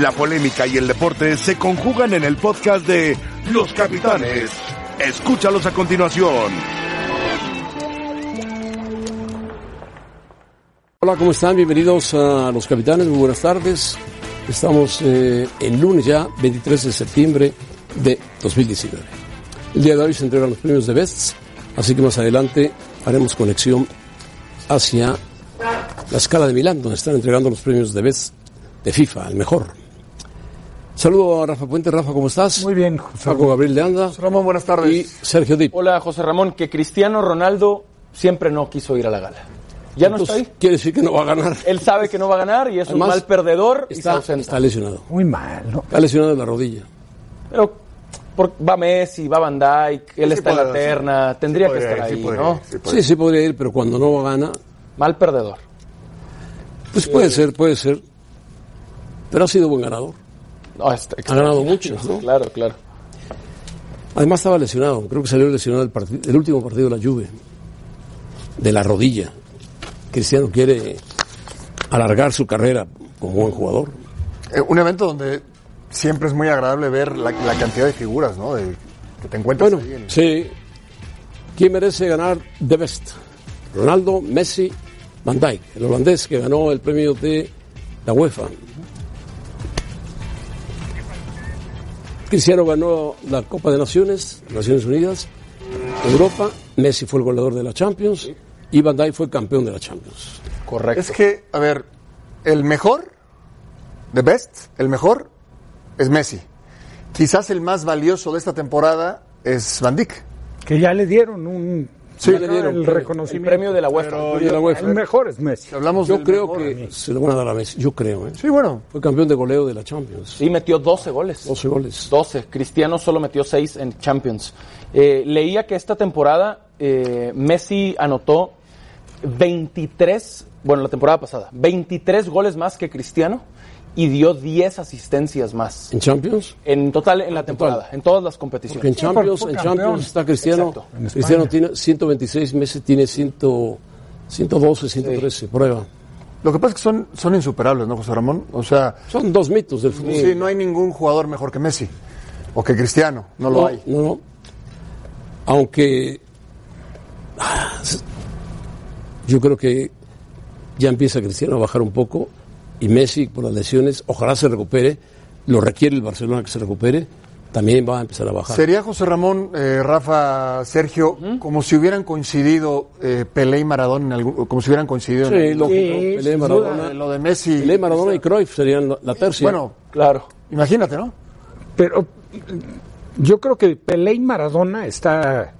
La polémica y el deporte se conjugan en el podcast de Los Capitanes. Escúchalos a continuación. Hola, ¿cómo están? Bienvenidos a Los Capitanes, muy buenas tardes. Estamos eh, en lunes ya, 23 de septiembre de 2019. El día de hoy se entregan los premios de Best, así que más adelante haremos conexión hacia la escala de Milán, donde están entregando los premios de Best de FIFA, el mejor. Saludo a Rafa Puente. Rafa, ¿cómo estás? Muy bien, Paco Gabriel de Anda. Ramón, buenas tardes. Y Sergio Dip. Hola, José Ramón. Que Cristiano Ronaldo siempre no quiso ir a la gala. Ya no está Entonces, ahí. Quiere decir que no va a ganar. Él sabe que no va a ganar y es Además, un mal perdedor y se Está, ausenta. está lesionado. Muy mal, ¿no? Está lesionado de la rodilla. Pero por- va Messi, va Van Dijk, él está en la terna, tendría que estar ahí, ¿no? Sí, sí podría ir, pero cuando no gana, Mal perdedor. Eh, pues puede ser, puede ser. Pero ha sido buen ganador. No, está Ha ganado mucho, ¿no? Claro, claro. Además estaba lesionado. Creo que salió lesionado el, partid- el último partido de la Juve. De la rodilla. Cristiano quiere alargar su carrera como buen jugador. Eh, un evento donde siempre es muy agradable ver la, la cantidad de figuras, ¿no? De- que te encuentras Bueno, ahí en- sí. ¿Quién merece ganar The Best? Ronaldo, Messi, Van Dijk, el holandés que ganó el premio de la UEFA. Cristiano ganó la Copa de Naciones, Naciones Unidas, Europa, Messi fue el goleador de la Champions y Van Dijk fue campeón de la Champions. Correcto. Es que, a ver, el mejor, the best, el mejor es Messi. Quizás el más valioso de esta temporada es Van Dijk. Que ya le dieron un. Sí, ya le dieron el premio, el reconocimiento. premio de la UEFA. Y de la UEFA. El mejor es Messi. Si hablamos Yo del creo mejor, que se lo van a dar a Messi, yo creo. ¿eh? Sí, bueno. Fue campeón de goleo de la Champions, Sí, metió 12 goles. 12 goles. 12. Cristiano solo metió 6 en Champions. Eh, leía que esta temporada eh, Messi anotó 23, bueno, la temporada pasada, 23 goles más que Cristiano y dio 10 asistencias más. ¿En Champions? En total, en la temporada, en todas las competiciones. Porque en Champions, fue en campeón. Champions está Cristiano. Exacto. En España. Cristiano tiene 126, Messi tiene 100, 112, 113. Prueba. Lo que pasa es que son, son insuperables, ¿no, José Ramón? O sea, Son dos mitos del fútbol. sí, no hay ningún jugador mejor que Messi o que Cristiano, no lo no, hay. no, no. Aunque ah, s- yo creo que ya empieza Cristiano a bajar un poco y Messi por las lesiones, ojalá se recupere, lo requiere el Barcelona que se recupere, también va a empezar a bajar. Sería José Ramón, eh, Rafa, Sergio, como si hubieran coincidido eh, Pelé y Maradona, en algún- como si hubieran coincidido en Sí, lógico. Sí, Pelé, sin Maradona, Eh, Lo de Messi. Pelé, Maradona y Cruyff serían la- la tercia. Bueno, Claro. imagínate, ¿no? Pero eh, yo creo que Pelé y Maradona está.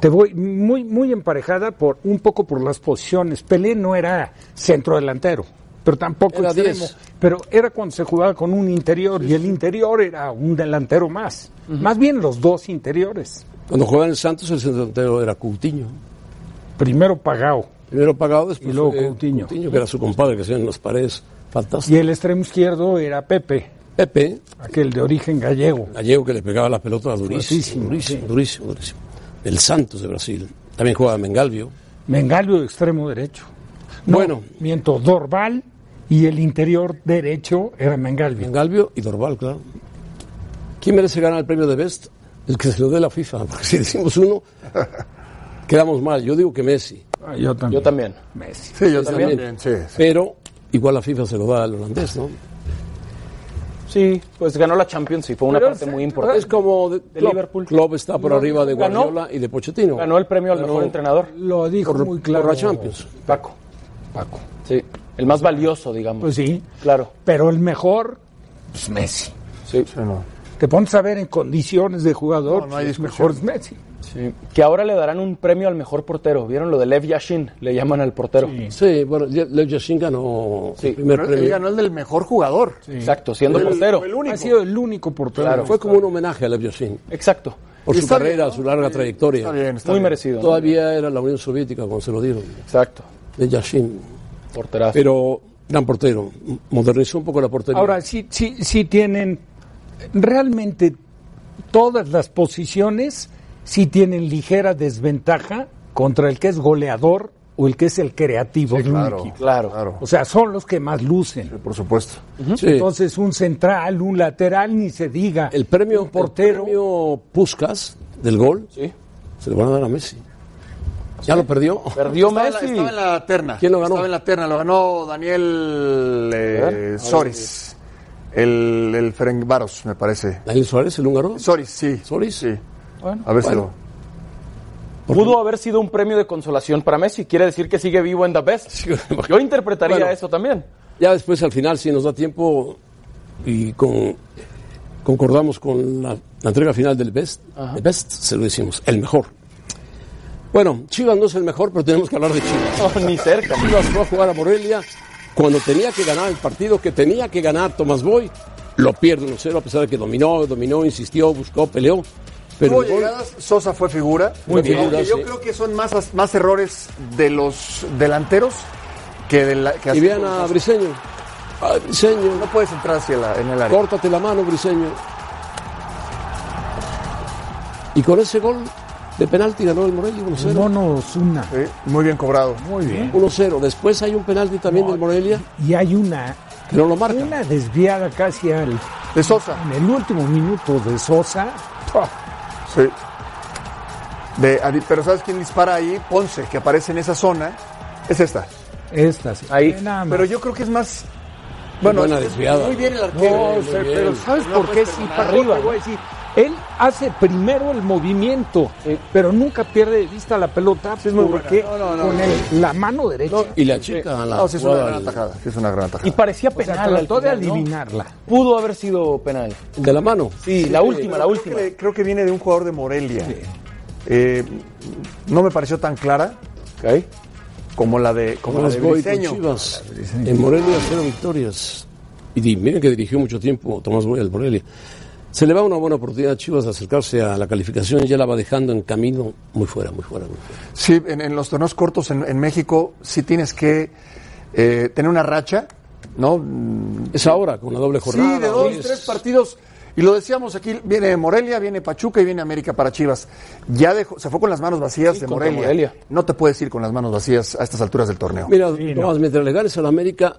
Te voy muy, muy emparejada por un poco por las posiciones. Pelé no era centrodelantero, pero tampoco Era extremo. 10. Pero era cuando se jugaba con un interior y el interior era un delantero más. Más bien los dos interiores. Cuando jugaba en el Santos, el centrodelantero era Coutinho. Primero Pagao Primero Pagado, después Y luego eh, Coutinho. que era su compadre que hacían las paredes. y Fantástico. el extremo izquierdo eh, era Pepe, Pepe, aquel de origen gallego. gallego que le pegaba las pelotas durísimo, Fuertísimo, durísimo, sí. durísimo, durísimo. Del Santos de Brasil. También jugaba Mengalvio. Mengalvio de extremo derecho. No, Bueno. Miento, Dorval y el interior derecho era Mengalvio. Mengalvio y Dorval, claro. ¿Quién merece ganar el premio de Best? El que se lo dé la FIFA. Porque si decimos uno, quedamos mal. Yo digo que Messi. Ah, yo también. Yo también. Messi. Sí, yo Messi también. Sí, sí. Pero igual la FIFA se lo da al holandés, ¿no? Sí, pues ganó la Champions y fue una Pero parte se- muy Es importante. como de, Klopp. Liverpool. Klopp está por arriba de ganó. Guardiola y de Pochettino. Ganó el premio al Ganó mejor entrenador, Lo dijo por, muy claro. por la Champions. Paco. Paco. Sí, el más valioso, digamos. Pues sí. Claro. Pero el mejor, pues Messi. Sí. Sí, no. Te pones a ver en condiciones de jugador, No, no hay pues, el discusión. mejor es Messi. Sí, Que ahora le darán un premio al mejor portero. ¿Vieron lo de Lev Yashin? Le llaman al portero. Sí, bueno, Le- Lev Yashin ganó el primer Pero él premio. ganó el del mejor jugador. Exacto, siendo portero. Ha sido el único portero. Claro. Fue como un homenaje a Lev Yashin Exacto. por Y su está carrera, bien, ¿no? su larga trayectoria. Está bien, está Muy bien. merecido. ¿no? Todavía era la Unión Soviética cuando se lo dieron, Exacto. Lev Yashin. Porterazo. Pero gran portero, modernizó un poco la portería. Ahora, sí, sí, sí tienen, realmente todas las posiciones sí tienen ligera desventaja contra el que es goleador o el que es el creativo de un equipo. Claro. O sea, son los que más lucen. Por supuesto. Sí. Entonces, un central, un lateral, ni se diga. el premio Un portero. el premio Puskas del gol Sí. se lo van a dar a Messi. Ya lo perdió. Perdió Estaba en, la, Messi. estaba en la terna. ¿Quién lo ganó? Estaba en la terna, lo ganó Daniel eh, A ver. Soris. El, el Ferenc Varos, me parece. Daniel Suárez, el húngaro. Soris, sí. Solis. Sí. Bueno. A ver si Bueno. lo. Pudo haber sido un premio de consolación para Messi. Quiere decir que sigue vivo en The Best. Sí, bueno. Yo interpretaría Bueno. eso también. Ya después, al final, si nos da tiempo y con- concordamos con la, la entrega final del Best, el Best se lo decimos, el mejor. Bueno, Chivas no es el mejor, pero tenemos que hablar de Chivas. Oh, No, ni cerca. Chivas fue a jugar a Morelia cuando tenía que ganar el partido que tenía que ganar Tomás Boy. Lo pierde 1-0 a pesar de que dominó, dominó, insistió, buscó, peleó. Pero Tuvo el gol- llegadas, Sosa fue figura. Muy Aunque bien. Yo Sí. creo que son más, más errores de los delanteros que de la. Que y así- vean a Briseño. Ay, Briseño, No puedes entrar hacia la, en el área. córtate la mano, Briseño. Y con ese gol de penalti ganó el Morelia Pues 1-0. Mono Osuna. Sí, muy bien cobrado. Muy bien. 1-0. Después hay un penalti también del Morelia Y hay una, que no lo marca. una desviada casi al, De Sosa. en el último minuto de Sosa. Sí. De, Adi- pero ¿sabes quién dispara ahí? Ponce, que aparece en esa zona. Es esta. Esta sí. Ahí. Nada más. Pero yo creo que es más. Bueno, Buena es- es desviada. Muy bien el No, arquero. o Sí, sea, muy bien. pues, pero ¿sabes No por qué puedes sí perdonar. para arriba? no? Él hace primero el movimiento, pero nunca pierde de vista la pelota porque buena. No, no, no, con no. el- la mano derecha Y la chica, la No, sí es una jugada gran del- atajada. Sí es una gran atajada. Y parecía o sea, penal. al trató de final, ¿no? adivinarla. Pudo haber sido penal. de la mano. Sí, la última, la Creo última. que le- creo que viene de un jugador de Morelia. Eh, no me pareció tan clara Ok. como la de, como la Tomás de Boy con Briseño. Chivas. En Morelia, cero victorias. Y di- miren que dirigió mucho tiempo Tomás Boy al Morelia. Se le va una buena oportunidad a Chivas de acercarse a la calificación y ya la va dejando en camino muy fuera, muy fuera, muy fuera. Sí, en, en los torneos cortos en, en México sí tienes que eh, tener una racha, ¿no? Mm, Es ahora, con la doble jornada. Sí, de dos, es- tres partidos. Y lo decíamos aquí, viene Morelia, viene Pachuca y viene América para Chivas. Ya dejó- se fue con las manos vacías de contra Morelia. Morelia. No te puedes ir con las manos vacías a estas alturas del torneo. Mira, Tomás, mientras le ganes a la América,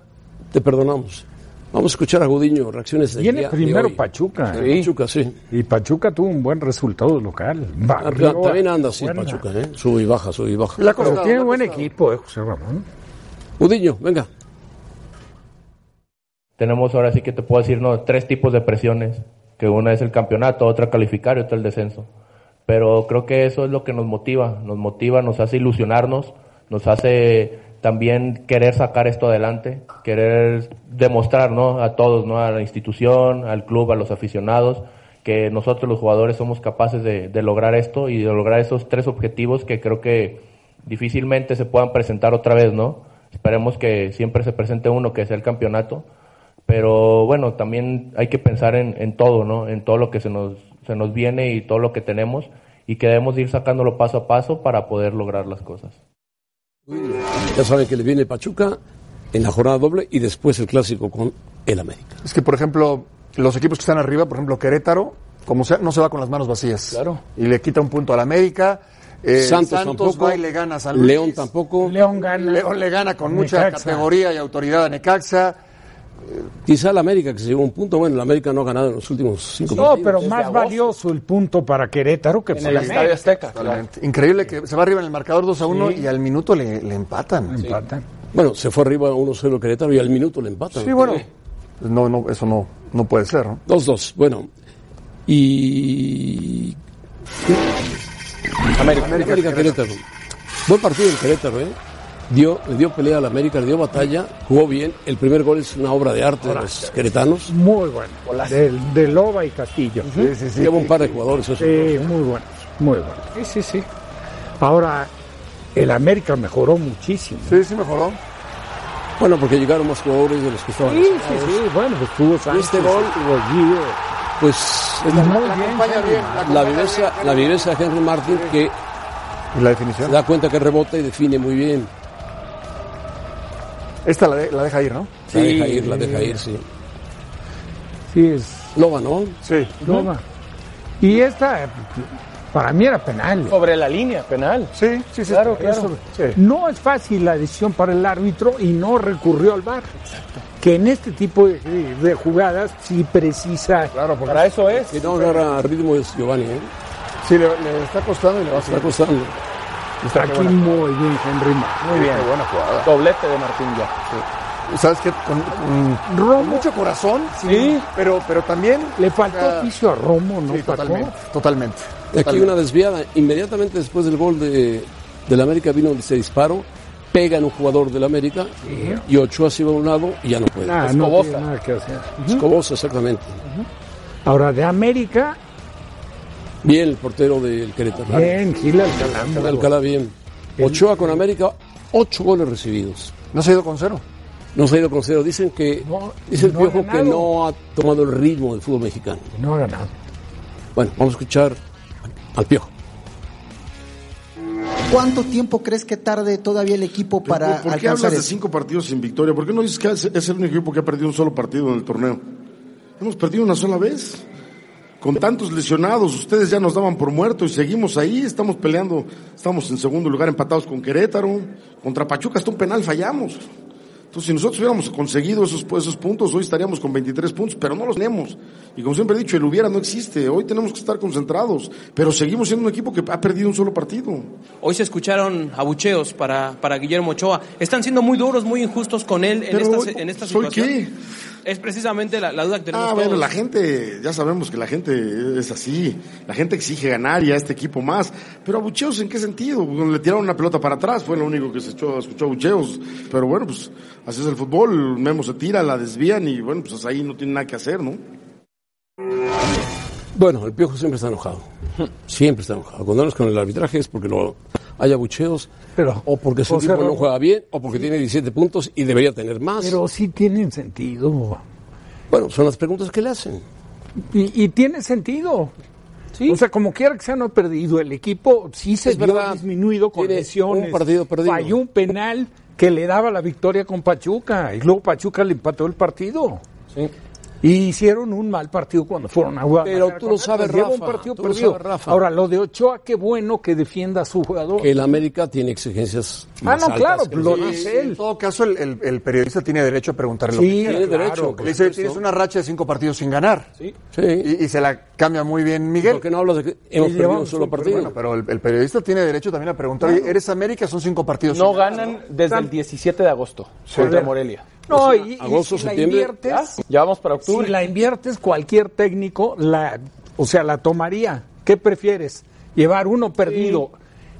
te perdonamos. Vamos a escuchar a Gudiño, reacciones de Viene día de primero hoy. Pachuca. ¿eh? Sí. Ah, Pachuca, sí. Y Pachuca tuvo un buen resultado local. Ah, Barrió pero también a anda así Tijuana. Pachuca, ¿eh? Sube y baja, sube y baja. Le ha Pero costado, le tiene ha buen costado. equipo, eh, José Ramón. Gudiño, venga. tenemos ahora sí que te puedo decir, no, tres tipos de presiones, que una es el campeonato, otra calificar y otra el descenso. Pero creo que eso es lo que nos motiva, nos motiva, nos hace ilusionarnos, nos hace también querer sacar esto adelante, querer demostrar, ¿no? A todos, ¿no? A la institución, al club, a los aficionados, que nosotros los jugadores somos capaces de, de lograr esto y de lograr esos tres objetivos que creo que difícilmente se puedan presentar otra vez, ¿no? Esperemos que siempre se presente uno, que sea el campeonato, pero bueno, también hay que pensar en, en todo, ¿no? En todo lo que se nos, se nos viene y todo lo que tenemos y que debemos de ir sacándolo paso a paso para poder lograr las cosas. Ya saben que le viene Pachuca en la jornada doble y después el clásico con el América. Es que, por ejemplo, los equipos que están arriba, por ejemplo, Querétaro, como sea, no se va con las manos vacías. Claro. Y le quita un punto al América. Eh, Santos, tampoco. va y le gana a San Luis. León tampoco. León gana. León le gana con mucha Necaxa. categoría y autoridad a Necaxa. Quizá el América que se llevó un punto. Bueno, el América no ha ganado en los últimos cinco No, partidos. pero desde más agosto. valioso el punto para Querétaro que En para el Estadio América. Azteca. Totalmente. Increíble que se va arriba en el marcador 2 a 1 y al minuto le, le empatan. Sí, Empatan. Bueno, se fue arriba 1-0 Querétaro y al minuto le empatan. bueno. Pues No, no, eso no, no puede ser, ¿no? 2-2, Pues, bueno. Y América. América, Querétaro. Buen partido en Querétaro, ¿eh? Dio, le dio pelea al América, le dio batalla, jugó bien. El primer gol es una obra de arte de los queretanos. Muy bueno. Del- De, Loba y Castillo. Sí, sí, Lleva un par de jugadores. eso. muy bueno. Muy bueno. Sí, sí, sí. Ahora, el América mejoró muchísimo. Sí, sí mejoró. Bueno, porque llegaron más jugadores de los que estaban. Sí, sí, sí. Bueno, pues tuvo Sánchez, Este gol. tuvo Gio. Pues es Y la, muy bien. Acompaña bien. la acompaña viveza, la viveza de Henry Martin que bien. ¿Y la definición? se da cuenta que rebota y define muy bien. Esta la, de- la deja ir, ¿no? La deja ir, la deja ir, sí. Sí, es Loba, ¿no? Sí. Loba. Y esta, Para mí era penal. Sobre la línea, penal. Sí, sí, sí. Claro, claro. Sí. No es fácil la decisión para el árbitro y no recurrió al VAR. Que en este tipo de, de jugadas sí precisa. Claro, porque Para eso es. Que no agarra ritmo es Giovanni, ¿eh? sí, le, le está costando y le va a Está hacer. costando. Aquí muy bien, Henry Martin. Muy bien. buena jugada. Doblete de Martín ya. ¿Sabes qué? Con, con- Romo. con mucho corazón, sí, Sí. Pero, pero también. Le faltó o sea, oficio a Romo, ¿no? sí, Paco? totalmente, totalmente. Aquí una desviada. Inmediatamente después del gol de, del América vino ese disparo. Pega en un jugador del América y Ochoa se va a un lado y ya no puede. Nah, Ah, no Escobosa. tiene nada que hacer. Escobosa, exactamente. Ahora, de América, Bien el portero del Querétaro. bien, Gil Alcalá. Alcalá, bien. Ochoa con América, ocho goles recibidos. No se ha ido con cero. No se ha ido con cero. Dicen que, No, dice el no ha Piojo que ganado. no ha tomado el ritmo del fútbol mexicano. No ha ganado. Bueno, vamos a escuchar al Piojo. ¿Cuánto tiempo crees que tarde todavía el equipo para ¿Por, por qué alcanzar hablas de eso? cinco partidos sin victoria? ¿Por qué no dices que es, es el único equipo que ha perdido un solo partido en el torneo? Hemos perdido una sola vez. Con tantos lesionados, ustedes ya nos daban por muertos y seguimos ahí, estamos peleando, estamos en segundo lugar empatados con Querétaro, contra Pachuca hasta un penal fallamos. Entonces, si nosotros hubiéramos conseguido esos, pues, esos puntos, hoy estaríamos con 23 puntos, pero no los tenemos. Y como siempre he dicho, el hubiera no existe, hoy tenemos que estar concentrados, pero seguimos siendo un equipo que ha perdido un solo partido. Hoy se escucharon abucheos para, para Guillermo Ochoa. Están siendo muy duros, muy injustos con él en, Pero esta, hoy, en esta ¿soy situación. qué? Es precisamente la, la duda que tenemos Ah, bueno, todos. la gente, ya sabemos que la gente es así. La gente exige ganar y a este equipo más. Pero abucheos, ¿en qué sentido? Pues, Le tiraron una pelota para atrás, fue lo único que se echó, escuchó abucheos. Pero bueno, pues así es el fútbol. Memo se tira, la desvían y bueno, pues ahí no tiene nada que hacer, ¿no? Bueno, el Piojo siempre está enojado. Siempre está enojado. Cuando hablas con el arbitraje es porque no hay abucheos, Pero, o porque su José equipo no Ramón. juega bien, o porque tiene 17 puntos y debería tener más. Pero sí tienen sentido. Bueno, son las preguntas que le hacen. Y, y tiene sentido. O sea, como quiera que sea, no ha perdido. El equipo sí se Es vio verdad. disminuido con Tiene lesiones. un partido perdido. Falló un penal que le daba la victoria con Pachuca. Y luego Pachuca le empató el partido. Y hicieron un mal partido cuando fueron a Guadalajara. Pero tú lo con Atlas. sabes, Lleva Rafa, un partido tú lo perdido. sabes, Rafa. Ahora, lo de Ochoa, qué bueno que defienda a su jugador. Que el América tiene exigencias Ah, más no, altas claro, que los lo demás. dice En él. todo caso, el, el- el periodista tiene derecho a preguntarle lo que Sí, Tiene claro. derecho. Le dice, tienes una racha de cinco partidos sin ganar. Sí. Y, y se la cambia muy bien Miguel. ¿Por qué no hablas de que hemos perdido llevamos un solo un- partido? Bueno, pero el, el periodista tiene derecho también a preguntar, oye, ¿eres América? Son cinco partidos. No sin ganar, ganan desde el 17 de agosto contra Morelia. No, O sea, y, y agosto, si la septiembre, inviertes, Ya vamos para Si octubre. la inviertes, cualquier técnico, la, o sea, la tomaría. ¿Qué prefieres? Llevar uno perdido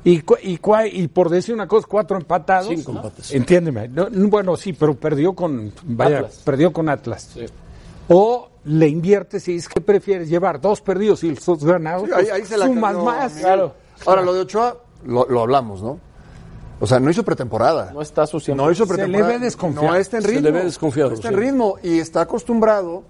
y, cu- y, cua- y por decir una cosa, cuatro empatados. Cinco empates. Entiéndeme. No, no, bueno, sí, pero perdió con, vaya, Atlas. perdió con Atlas. O le inviertes y dices, ¿qué prefieres? Llevar dos perdidos y los dos ganados. Sí, ahí, pues, ahí se la sumas cambió más. Miguel. Ahora, lo de Ochoa, lo, lo hablamos, ¿no? O sea, no hizo pretemporada. No está a su 100%. No hizo Se le pretemporada. ve desconfiado. No está en Se le ritmo. ve desconfiado, No está en sí. ritmo y está acostumbrado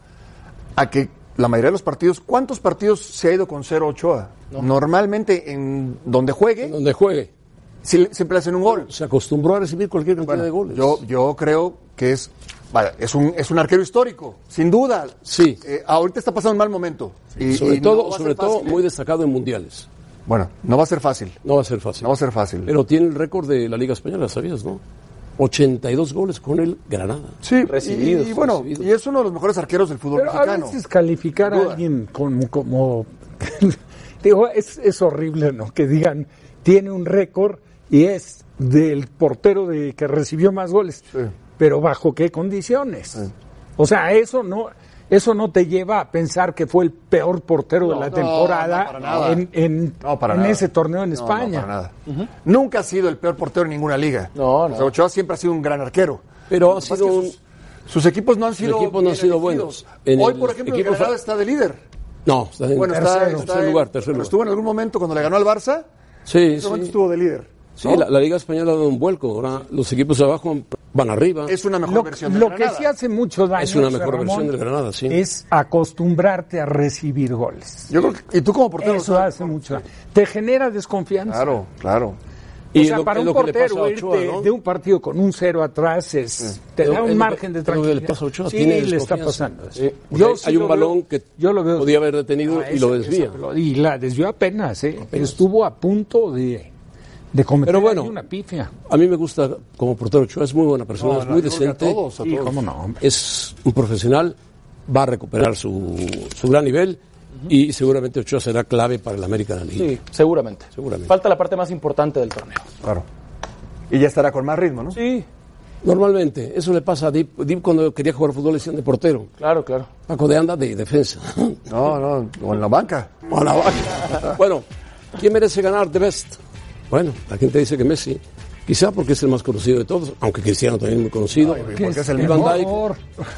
a que la mayoría de los partidos, ¿cuántos partidos se ha ido con 0 Ochoa? Normalmente en donde juegue, Donde juegue. si- siempre hacen un gol. Se acostumbró a recibir cualquier cantidad de goles. Yo, yo creo que es, vaya, es, un, es un arquero histórico, sin duda. Sí. Eh, ahorita está pasando un mal momento. Y- sobre y no todo, va a ser sobre todo fácil, ¿eh? muy destacado en mundiales. Bueno, no va a ser fácil. No va a ser fácil. No va a ser fácil. Pero tiene el récord de la Liga Española, ¿sabías, no? 82 goles con el Granada. Sí, Recibidos, y, y bueno, recibidos. y es uno de los mejores arqueros del fútbol Pero mexicano. a veces calificar a Sin duda. alguien con- como... digo, es, es horrible, ¿no? Que digan, tiene un récord y es del portero de que recibió más goles. Sí. Pero ¿bajo qué condiciones? O sea, eso no... Eso no te lleva a pensar que fue el peor portero de la no, temporada no, para nada. en, en- No, para en nada. ese torneo en No, no, España. para nada. Nunca ha sido el peor portero en ninguna liga. No, no. O sea, Ochoa siempre ha sido un gran arquero. Pero Lo ha que pasa sido es un... que sus, sus equipos no han sido, equipo no ha bien sido elegidos. buenos. En Hoy, el por ejemplo, el equipo Granada fue- está de líder. No, está en Bueno, está, tercero, está tercer en- lugar, tercer pero lugar. estuvo en algún momento cuando le ganó al Barça, en Sí, ese sí. Este momento estuvo de líder. Sí, la, la Liga Española ha dado un vuelco. Ahora los equipos de abajo van arriba. Es una mejor Lo, versión de lo que sí Granada. hace mucho daño Es una José mejor Ramón, versión del Granada, sí. es acostumbrarte a recibir goles. Yo creo que- y tú como portero Eso ¿sabes? hace mucho. daño. Te genera desconfianza. Claro, claro. Y Y o es sea, lo- para es un lo que le pasa portero a Ochoa, irte ¿no? de un partido con un cero atrás es, te Es lo- da es un lo que- margen es lo que de le tranquilidad. pasa a Ochoa, sí, tiene le está desconfianza. pasando. eso. Sí. Yo Hay- sí hay un lo veo- balón que yo lo veo. podía haber detenido Ah, y lo esa- esa desvía. pelota- y la desvió apenas, ¿eh? Estuvo a punto de, de cometer Pero bueno. ahí una pifia. A mí me gusta como portero Ochoa, es muy buena persona, es muy decente. Sí, cómo no, hombre. es un profesional, va a recuperar su, su gran nivel y seguramente Ochoa será clave para el América de la Liga. Sí, seguramente. Seguramente. Falta la parte más importante del torneo. Claro. Y ya estará con más ritmo, ¿no? Sí, Normalmente, eso le pasa a Dip. Dip cuando quería jugar fútbol le decían de portero. claro, claro. Paco de anda de defensa. No, no, o en la banca. A la vaca. bueno, ¿quién merece ganar The Best? Bueno, la gente dice que Messi. Quizá porque es el más conocido de todos, aunque Cristiano también es muy conocido. Porque es el Van mejor.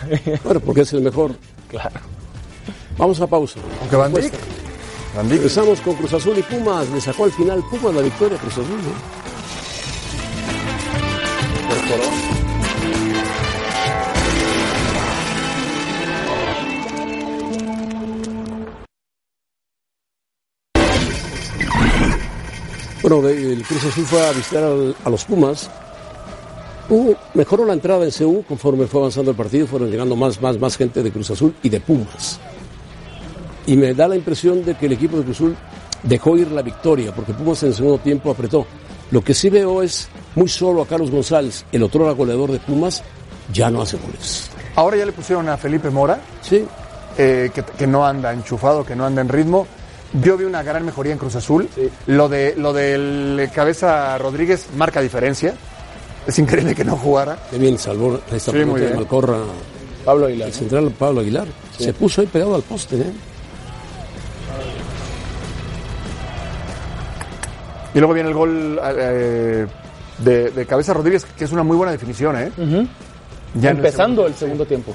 Dijk. Bueno, porque es el mejor. Claro. Vamos a pausa. Aunque Van Dijk. Van Dijk. Empezamos con Cruz Azul y Pumas. Le sacó al final Pumas la victoria a Cruz Azul. ¿no? Bueno, de- el Cruz Azul fue a visitar al- a los Pumas. Hubo- mejoró la entrada en CU conforme fue avanzando el partido, fueron llegando más, más, más gente de Cruz Azul y de Pumas. Y me da la impresión de que el equipo de Cruz Azul dejó ir la victoria, porque Pumas en el segundo tiempo apretó. Lo que sí veo es muy solo a Carlos González, el otro goleador de Pumas, ya no hace goles. Ahora ya le pusieron a Felipe Mora, Sí, eh, que, que no anda enchufado, que no anda en ritmo. Yo vi una gran mejoría en Cruz Azul. Lo, de, lo del cabeza Rodríguez marca diferencia. Es increíble que no jugara. qué bien salvó esta Sí, muy pelota de bien. Malcorra, Pablo Aguilar. el central Pablo Aguilar. Se puso ahí pegado al poste, ¿eh? Y luego viene el gol eh, de, de cabeza Rodríguez, que es una muy buena definición, ¿eh? Ya en el Empezando el segundo tiempo.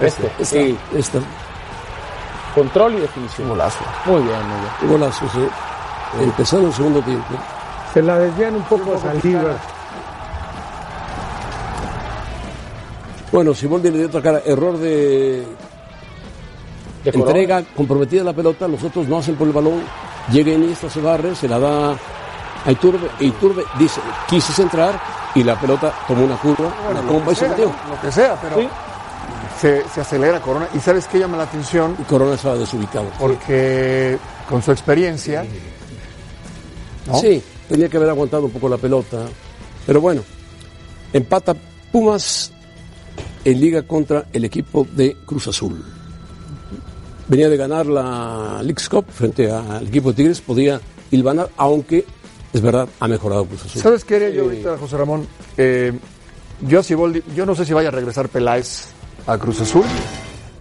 Este, sí. Esta, Control y definición. Muy bien, muy bien. qué golazo, sí. Empezando el segundo tiempo. Se la desvían un poco a Saldívar. Bueno, Siboldi le dio otra cara. Error de De Corona. entrega, comprometida la pelota. Los otros no hacen por el balón. Llega Iniesta, se barre, se la da a Iturbe. e Iturbe dice, quise centrar y la pelota tomó una curva, una comba y se Sea, metió. Lo que sea, pero se, se acelera Corona. ¿Y sabes qué llama la atención? Y Corona estaba desubicado. Porque con su experiencia, ¿no? Sí, tenía que haber aguantado un poco la pelota. Pero bueno, empata Pumas en liga contra el equipo de Cruz Azul. Venía de ganar la Leagues Cup frente al equipo de Tigres, podía hilvanar, aunque es verdad, ha mejorado Cruz Azul. ¿Sabes qué haría yo ahorita, José Ramón? Eh, yo, a Siboldi, yo no sé si vaya a regresar Peláez a Cruz Azul.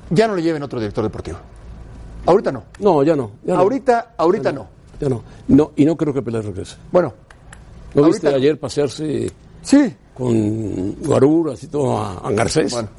Ya no le lleven otro director deportivo. Ahorita no. No, ya no. ya no, Ahorita, ahorita no. Ya no. No, y no creo que Pelé regrese. Bueno, ¿No Ahorita viste no. ayer eh, pasearse sí. con Guarur, así todo a, a Garcés? Bueno.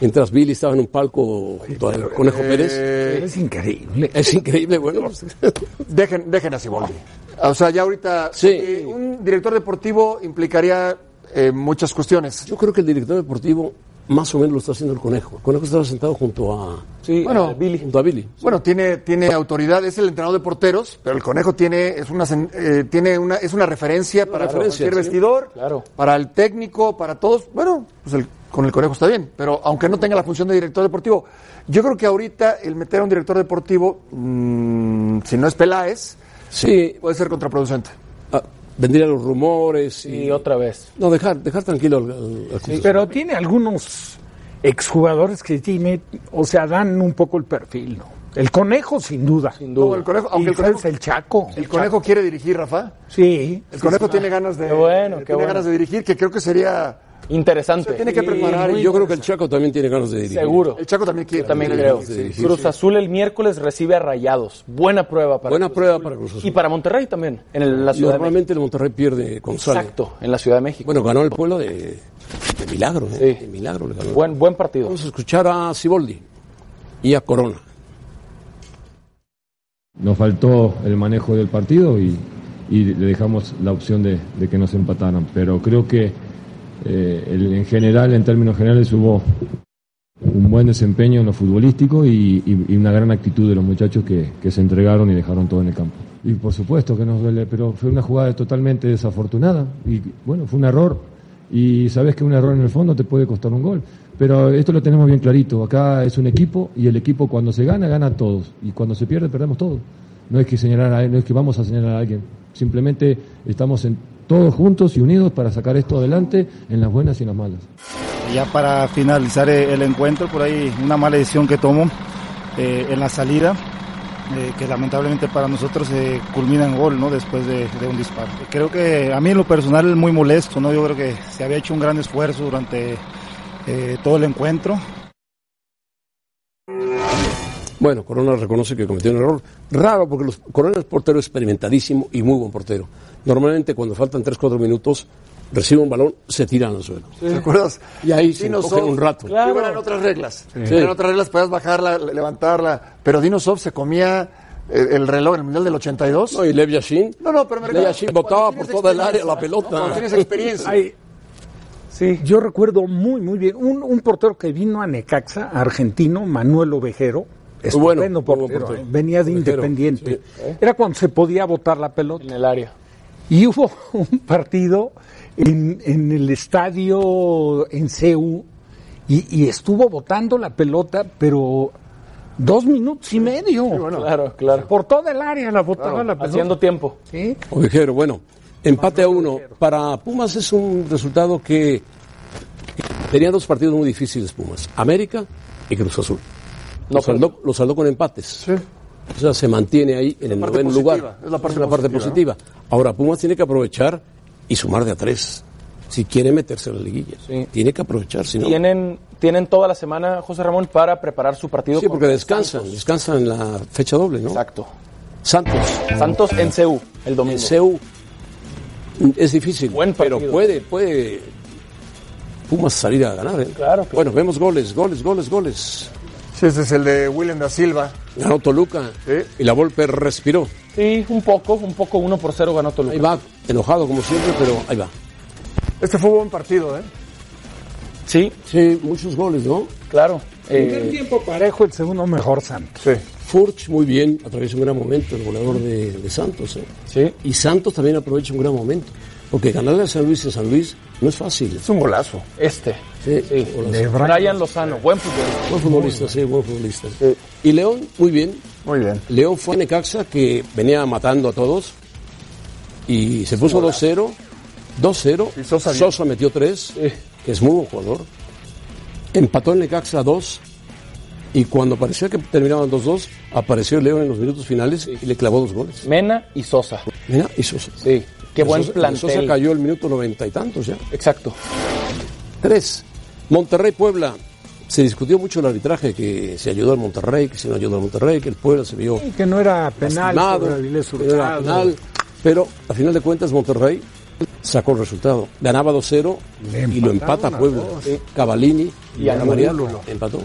Mientras Billy estaba en un palco junto al Conejo Pérez. Eh, Es increíble. Es increíble, bueno. dejen, dejen a Siboldi. O sea, ya ahorita Sí. eh, un director deportivo implicaría eh, muchas cuestiones. Yo creo que el director deportivo más o menos lo está haciendo el Conejo. El Conejo estaba sentado junto a, Sí, Bueno, eh, Billy. junto a Billy. Bueno, tiene, tiene autoridad, es el entrenador de porteros, pero el conejo tiene, es una sen- eh, tiene una, es una referencia para referencia, cualquier sí. vestidor, Claro. para el técnico, para todos. Bueno, pues el- con el conejo está bien, pero aunque no tenga la función de director deportivo, yo creo que ahorita el meter a un director deportivo, mm, si no es Peláez, Sí, puede ser contraproducente. ah, vendrían los rumores y... Y otra vez. No, dejar, dejar tranquilo al, al- al Cruz Pero tiene algunos exjugadores que tiene, o sea, dan un poco el perfil, ¿no? El conejo, sin duda. Sin duda. No, el Conejo, aunque el Conejo- el Chaco. El conejo quiere dirigir, Rafa. Sí. El conejo tiene ganas de, eh, Qué bueno, tiene qué bueno. ganas de dirigir, que creo que sería. Interesante. Tiene que preparar. Azul. y- Yo creo que el Chaco también tiene ganas de dirigir. Seguro. El Chaco también quiere. También quiere creo. dirigir. Cruz Azul el miércoles recibe a Rayados. Buena prueba para Buena Cruz prueba Azul. para Cruz Azul. Y para Monterrey también, en el- la Ciudad de México. Normalmente el Monterrey pierde con Sale. Exacto, en la Ciudad de México. Bueno, ganó el pueblo de, de milagro, ¿eh? Sí. De milagro le ganó. Buen, buen partido. Vamos a escuchar a Siboldi y a Corona. Nos faltó el manejo del partido y, y le dejamos la opción de, de que nos empataran. Pero creo que eh, el- en general, en términos generales, hubo un buen desempeño en lo futbolístico y, y- y una gran actitud de los muchachos que, que se entregaron y dejaron todo en el campo. Y por supuesto que nos duele, pero fue una jugada totalmente desafortunada. Y bueno, fue un error. Y sabes que un error en el fondo te puede costar un gol. Pero esto lo tenemos bien clarito. Acá es un equipo y el equipo cuando se gana, gana a todos. Y cuando se pierde, perdemos todos. No es que señalar a, no es que vamos a señalar a alguien. Simplemente estamos en- todos juntos y unidos para sacar esto adelante en las buenas y en las malas. Ya para finalizar eh, el encuentro, por ahí una mala decisión que tomo eh, en la salida, eh, que lamentablemente para nosotros eh, culmina en gol, ¿no? Después de, de un disparo. Creo que a mí en lo personal es muy molesto, ¿no? Yo creo que se había hecho un gran esfuerzo durante eh, todo el encuentro. Bueno, Corona reconoce que cometió un error. Raro, porque los, Corona es portero experimentadísimo y muy buen portero. Normalmente, cuando faltan 3-4 minutos, recibe un balón, se tira al suelo. ¿Te acuerdas? Y ahí se Dinosov. encogen un rato. Claro. Pero eran otras reglas. Sí. Eran otras reglas, podías bajarla, le- levantarla. Pero Dinosov se comía eh, el reloj en el Mundial del 82. No, y Lev Yashin. No, no, pero me Lev Yashin botaba por toda el área la pelota. Cuando tienes experiencia. Ay, sí. Yo recuerdo muy, muy bien un, un portero que vino a Necaxa, argentino, Manuel Ovejero. Muy bueno, Estupendo muy portero, buen portero. eh, venía de Ovejero, Independiente. Era cuando se podía botar la pelota. En el área. Y hubo un partido en, en el estadio en CEU y, y estuvo botando la pelota, pero dos minutos y medio. Claro, claro. Por toda el área la botaba la pelota. haciendo tiempo. Sí. Ovejero, bueno, empate a uno. Para Pumas es un resultado que, que tenía dos partidos muy difíciles Pumas, América y Cruz Azul. Lo saldó, lo saldó con empates. O sea, se mantiene ahí en el parte noveno positiva, lugar. es la parte positiva, positiva. Ahora, Pumas tiene que aprovechar y sumar de a tres. Si quiere meterse en la liguilla, tiene que aprovechar. Si no, Tienen, tienen toda la semana, José Ramón, para preparar su partido. sí, porque contra descansan, descansan en la fecha doble, ¿no? Exacto. Santos. Santos en CU, el domingo. En CU. Es difícil, pero puede, puede Pumas salir a ganar. ¿eh? Bueno, vemos goles, goles, goles, goles. Sí, ese es el de Willem da Silva. Ganó Toluca y la Volpe respiró. Sí, un poco, un poco 1 por 0 ganó Toluca. Ahí va, enojado como siempre, pero ahí va. Este fue un buen partido, ¿eh? Sí. Sí, muchos goles, ¿no? Claro. Eh, Primer tiempo parejo, el segundo mejor Santos. Furch muy bien, atraviesa un gran momento el goleador de, de Santos. ¿eh? Y Santos también aprovecha un gran momento. Porque ganarle a San Luis en San Luis no es fácil. Es un golazo. Este. Sí, golazo. Brian Lozano, buen futbolista. Buen futbolista, sí, buen futbolista. Y León, muy bien. Muy bien. León fue a Necaxa que venía matando a todos y se puso 2-0. 2-0. Sosa, metió 3, que es muy buen jugador. Empató el Necaxa 2 y cuando parecía que terminaban 2-2, apareció León en los minutos finales y le clavó dos goles. Mena y Sosa. Mira, y Sosa. Sí, qué buen plantel. Sosa cayó el minuto noventa y tantos ya. Exacto. Tres. Monterrey Puebla. Se discutió mucho el arbitraje, que se ayudó al Monterrey, que se no ayudó al Monterrey, que el Puebla se vio Y que no era penal, Lastimado, sobre Avilés pero era Hurtado. penal. pero a final de cuentas Monterrey sacó el resultado. Ganaba 2-0 y lo empata empataron a Pueblo. dos. Cavalini Y Ana Angulo. empató.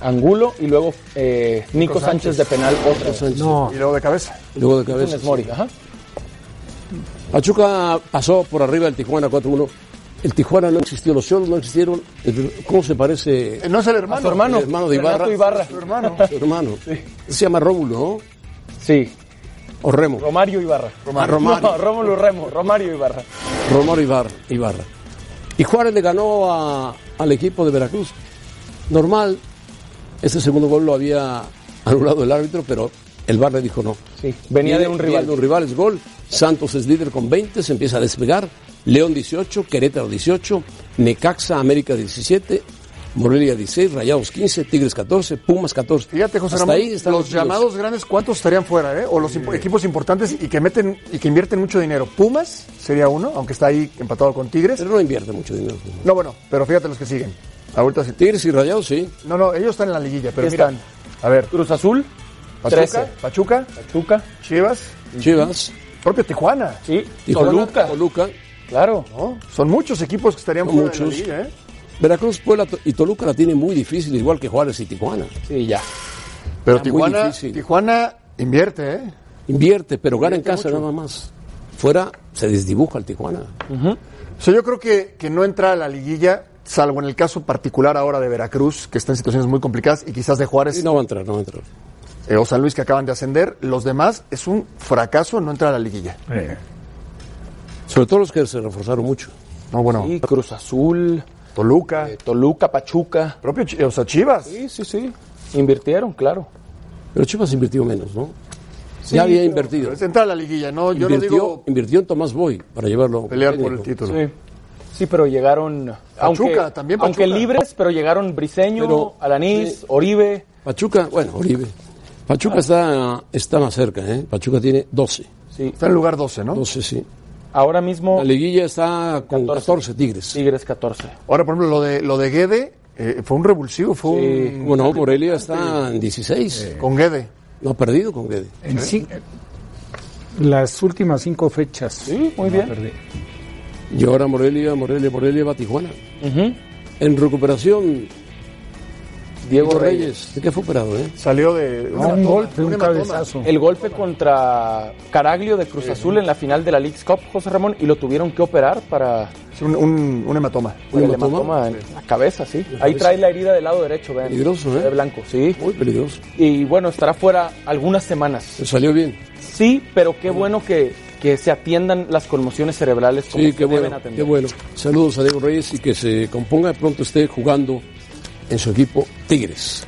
Angulo y luego eh, Nico, Sánchez. de penal otra vez. Y luego de cabeza. Y luego de cabeza. Funes Mori, ajá. Pachuca pasó por arriba del Tijuana 4-1. El Tijuana no existió, los Cholos no existieron. El- ¿Cómo se parece? Eh, No es el hermano. A su hermano. El hermano de Renato Ibarra. Ibarra. Su hermano. Su hermano. Se llama Rómulo, ¿no? Sí. O Remo. Romario Ibarra. Ah, Romario. Romario. No, Rómulo Remo, Romario Ibarra. Romario Ibarra, Ibarra. Y Juárez le ganó a- al equipo de Veracruz. Normal, ese segundo gol lo había anulado el árbitro, pero el VAR le dijo no. venía de un rival. de un rival, es gol. Santos es líder con 20, se empieza a despegar. León 18, Querétaro 18, Necaxa América 17, Morelia 16, Rayados 15, Tigres 14, Pumas 14. Fíjate, José Hasta Ramón, ahí están los tíos. llamados grandes, ¿cuántos estarían fuera, eh? O los impo- equipos importantes y que meten y que invierten mucho dinero. Pumas sería uno, aunque está ahí empatado con Tigres. Pero no invierte mucho dinero. No, bueno, pero fíjate los que siguen. Ahorita sí. Tigres y Rayados, sí. No, no, ellos están en la liguilla, pero ¿Qué mira. están? A ver. Cruz Azul, Pachuca, 13. Pachuca, Pachuca, Chivas, Chivas, propio Tijuana. Sí, Tijuana, Toluca. Toluca. Claro. Son muchos equipos que estarían Son fuera muchos. de la liga, ¿eh? Veracruz, Puebla to- y Toluca la tienen muy difícil, igual que Juárez y Tijuana. Sí, ya. Pero Está muy Tijuana, difícil. Tijuana invierte, ¿eh? Invierte, pero gana en casa nada más. Fuera se desdibuja el Tijuana. O sea, yo creo que, que no entra a la liguilla, salvo en el caso particular ahora de Veracruz, que está en situaciones muy complicadas, y quizás de Juárez. Y no va a entrar, no va a entrar. eh, o San Luis que acaban de ascender, los demás es un fracaso no entrar a la liguilla. Sobre todo los que se reforzaron mucho. No, bueno. Sí, Cruz Azul. Toluca. eh, Toluca, Pachuca. Propio, Chi- o sea, Chivas. Sí, sí, sí. Invirtieron, claro. Pero Chivas invirtió menos, ¿no? Sí, ya había pero- invertido. pero es entrar a la liguilla, no, yo invirtió, no digo invirtió en Tomás Boy para llevarlo. Pelear por técnico. el título. Sí. Sí, pero llegaron. aunque, también Aunque Pachuca. libres, pero llegaron Briseño, Pero- Alanís, Sí. Oribe. Pachuca, bueno, Oribe. Pachuca está, está más cerca, ¿eh? Pachuca tiene 12. Sí. Está en lugar 12, ¿no? 12, sí. Ahora mismo. La liguilla está con 14, Tigres. Tigres 14. Ahora, por ejemplo, lo de, lo de Guede eh, fue un revulsivo, fue un... Eh, Bueno, Morelia está en 16. Con Guede. No ha perdido con Guede. En sí, las últimas cinco fechas. Sí, muy bien. Y ahora Morelia, Morelia, Morelia va a Tijuana. En recuperación, Diego Diego Reyes. Reyes. ¿De qué fue operado, eh? Salió de... No, un golpe, un cabezazo. El golpe contra Caraglio de Cruz Azul en la final de la League's Cup, José Ramón, y lo tuvieron que operar para Sí, Un, un- un hematoma. para el hematoma? hematoma en la cabeza, sí. Ahí Pues trae la herida del lado derecho, vean. Peligroso, ¿eh? De blanco, sí. Muy peligroso. Y bueno, estará fuera algunas semanas. Se salió bien. Sí, pero qué bueno que, que se atiendan las conmociones cerebrales como Sí, se qué deben bueno, atender. qué bueno. Saludos a Diego Reyes y que se componga y pronto esté jugando en su equipo Tigres.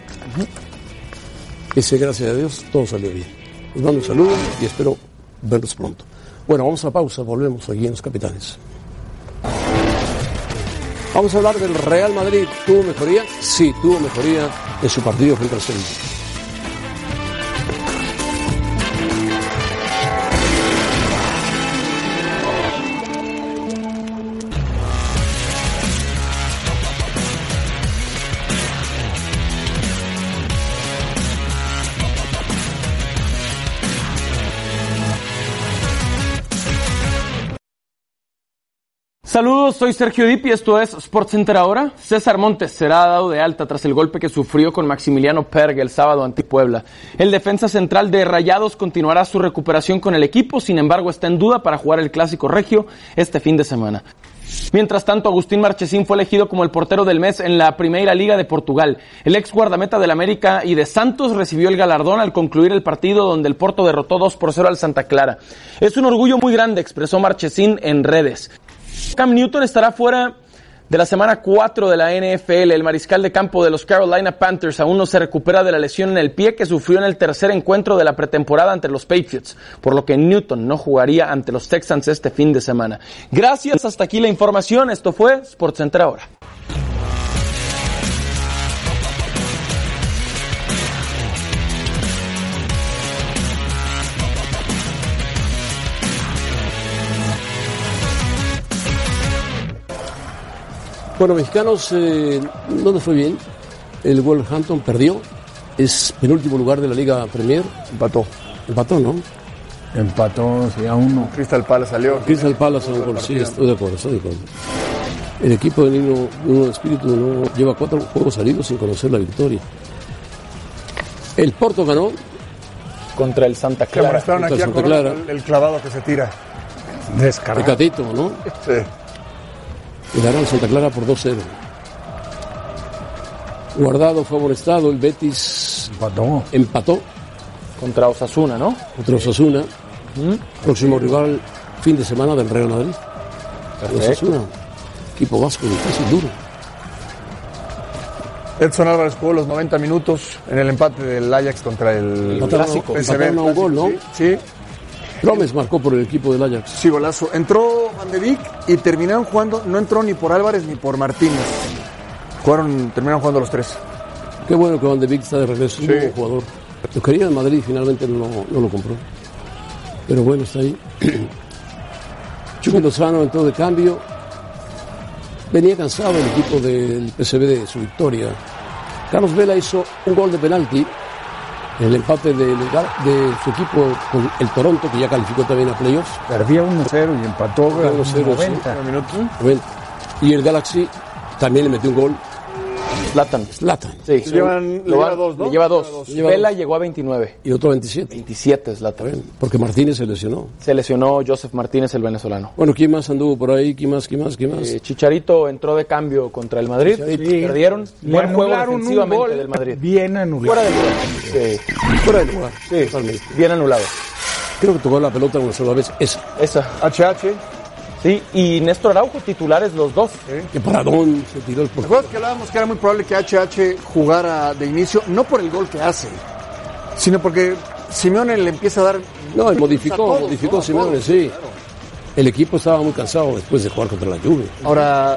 Ese, gracias a Dios, todo salió bien. Les mando un saludo y espero verlos pronto. Bueno, vamos a pausa, volvemos aquí en Los Capitanes. Vamos a hablar del Real Madrid. ¿Tuvo mejoría? Sí, tuvo mejoría en su partido frente al Sevilla. Saludos, soy Sergio Dip y esto es Sports Center ahora. César Montes será dado de alta tras el golpe que sufrió con Maximiliano Perg el sábado ante Puebla. El defensa central de Rayados continuará su recuperación con el equipo, sin embargo está en duda para jugar el Clásico Regio este fin de semana. Mientras tanto, Agustín Marchesín fue elegido como el portero del mes en la Primera Liga de Portugal. El ex guardameta del América y de Santos recibió el galardón al concluir el partido donde el Porto derrotó 2 por 0 al Santa Clara. Es un orgullo muy grande, expresó Marchesín en redes. Cam Newton estará fuera de la semana 4 de la NFL. El mariscal de campo de los Carolina Panthers aún no se recupera de la lesión en el pie que sufrió en el tercer encuentro de la pretemporada ante los Patriots, por lo que Newton no jugaría ante los Texans este fin de semana. Gracias, hasta aquí la información. Esto fue Sports Center ahora. Bueno, mexicanos, eh, no nos fue bien. El Wolverhampton perdió. Es penúltimo lugar de la Liga Premier. Empató. Empató, ¿no? Empató, sí, a uno. Crystal Palace salió. Crystal Palace a un gol. Sí, estoy de acuerdo, estoy de acuerdo. El equipo de Nino Nuno de Espíritu no lleva cuatro juegos salidos sin conocer la victoria. El Porto ganó. Contra el Santa Que amonestaron aquí a Santa Corona, Clara. el, el clavado que se tira. El Descarado. Catito, ¿no? Sí. Y ganaron Santa Clara por 2-0. Guardado fue molestado. El Betis Empató. empató Contra Osasuna, ¿no? contra Osasuna. Próximo rival, fin de semana del Real Madrid. Osasuna, equipo vasco difícil, duro. Edson Álvarez jugó los 90 minutos en el empate del Ajax contra el... Empataron a- PSV, empataron a un el clásico, gol, ¿no? Sí, sí, Gómez marcó por el equipo del Ajax. sí, golazo. Entró Van de Beek y terminaron jugando, no entró ni por Álvarez ni por Martínez. Jugaron, terminaron jugando los tres. Qué bueno que Van de Beek está de regreso, es un Sí. buen jugador. Lo quería en Madrid y finalmente no, no lo compró. Pero bueno, está ahí. Chucky Lozano entró de cambio. Venía cansado el equipo del PSV de su victoria. Carlos Vela hizo un gol de penalti. en El empate del Gar- de, su equipo con el Toronto, que ya calificó también a playoffs. Perdía 1-0 y empató a 1-0, sí. 90. Bueno, Y el Galaxy también le metió un gol. Slatan. Slatan. Sí. Llevan- Lo va- lleva dos, ¿no? le lleva dos. Lleva dos. Lleva Vela llegó a 29. Y otro 27. 27 Slatan. Porque Martínez se lesionó. Se lesionó Joseph Martínez, el venezolano. Bueno, ¿quién más anduvo por ahí? ¿Quién más? ¿Quién más? ¿Quién más? Eh, Chicharito entró de cambio contra el Madrid. Chicharito. Perdieron. Le Buen juego anularon un defensivamente gol del Madrid. Bien anulado. Fuera de lugar. Sí. Fuera de lugar. Sí. Bien anulado. Creo que tocó la pelota una sola vez. Esa. Esa. HH. Sí, y Néstor Araujo, titulares los dos. Que paradón se tiró el ¿Te acuerdas que hablábamos que era muy probable que HH jugara de inicio? No por el gol que hace, sino porque Simeone le empieza a dar. No, él A modificó, todos, modificó ¿no? A Simeone, todos. sí. El equipo estaba muy cansado después de jugar contra la Juve. Ahora,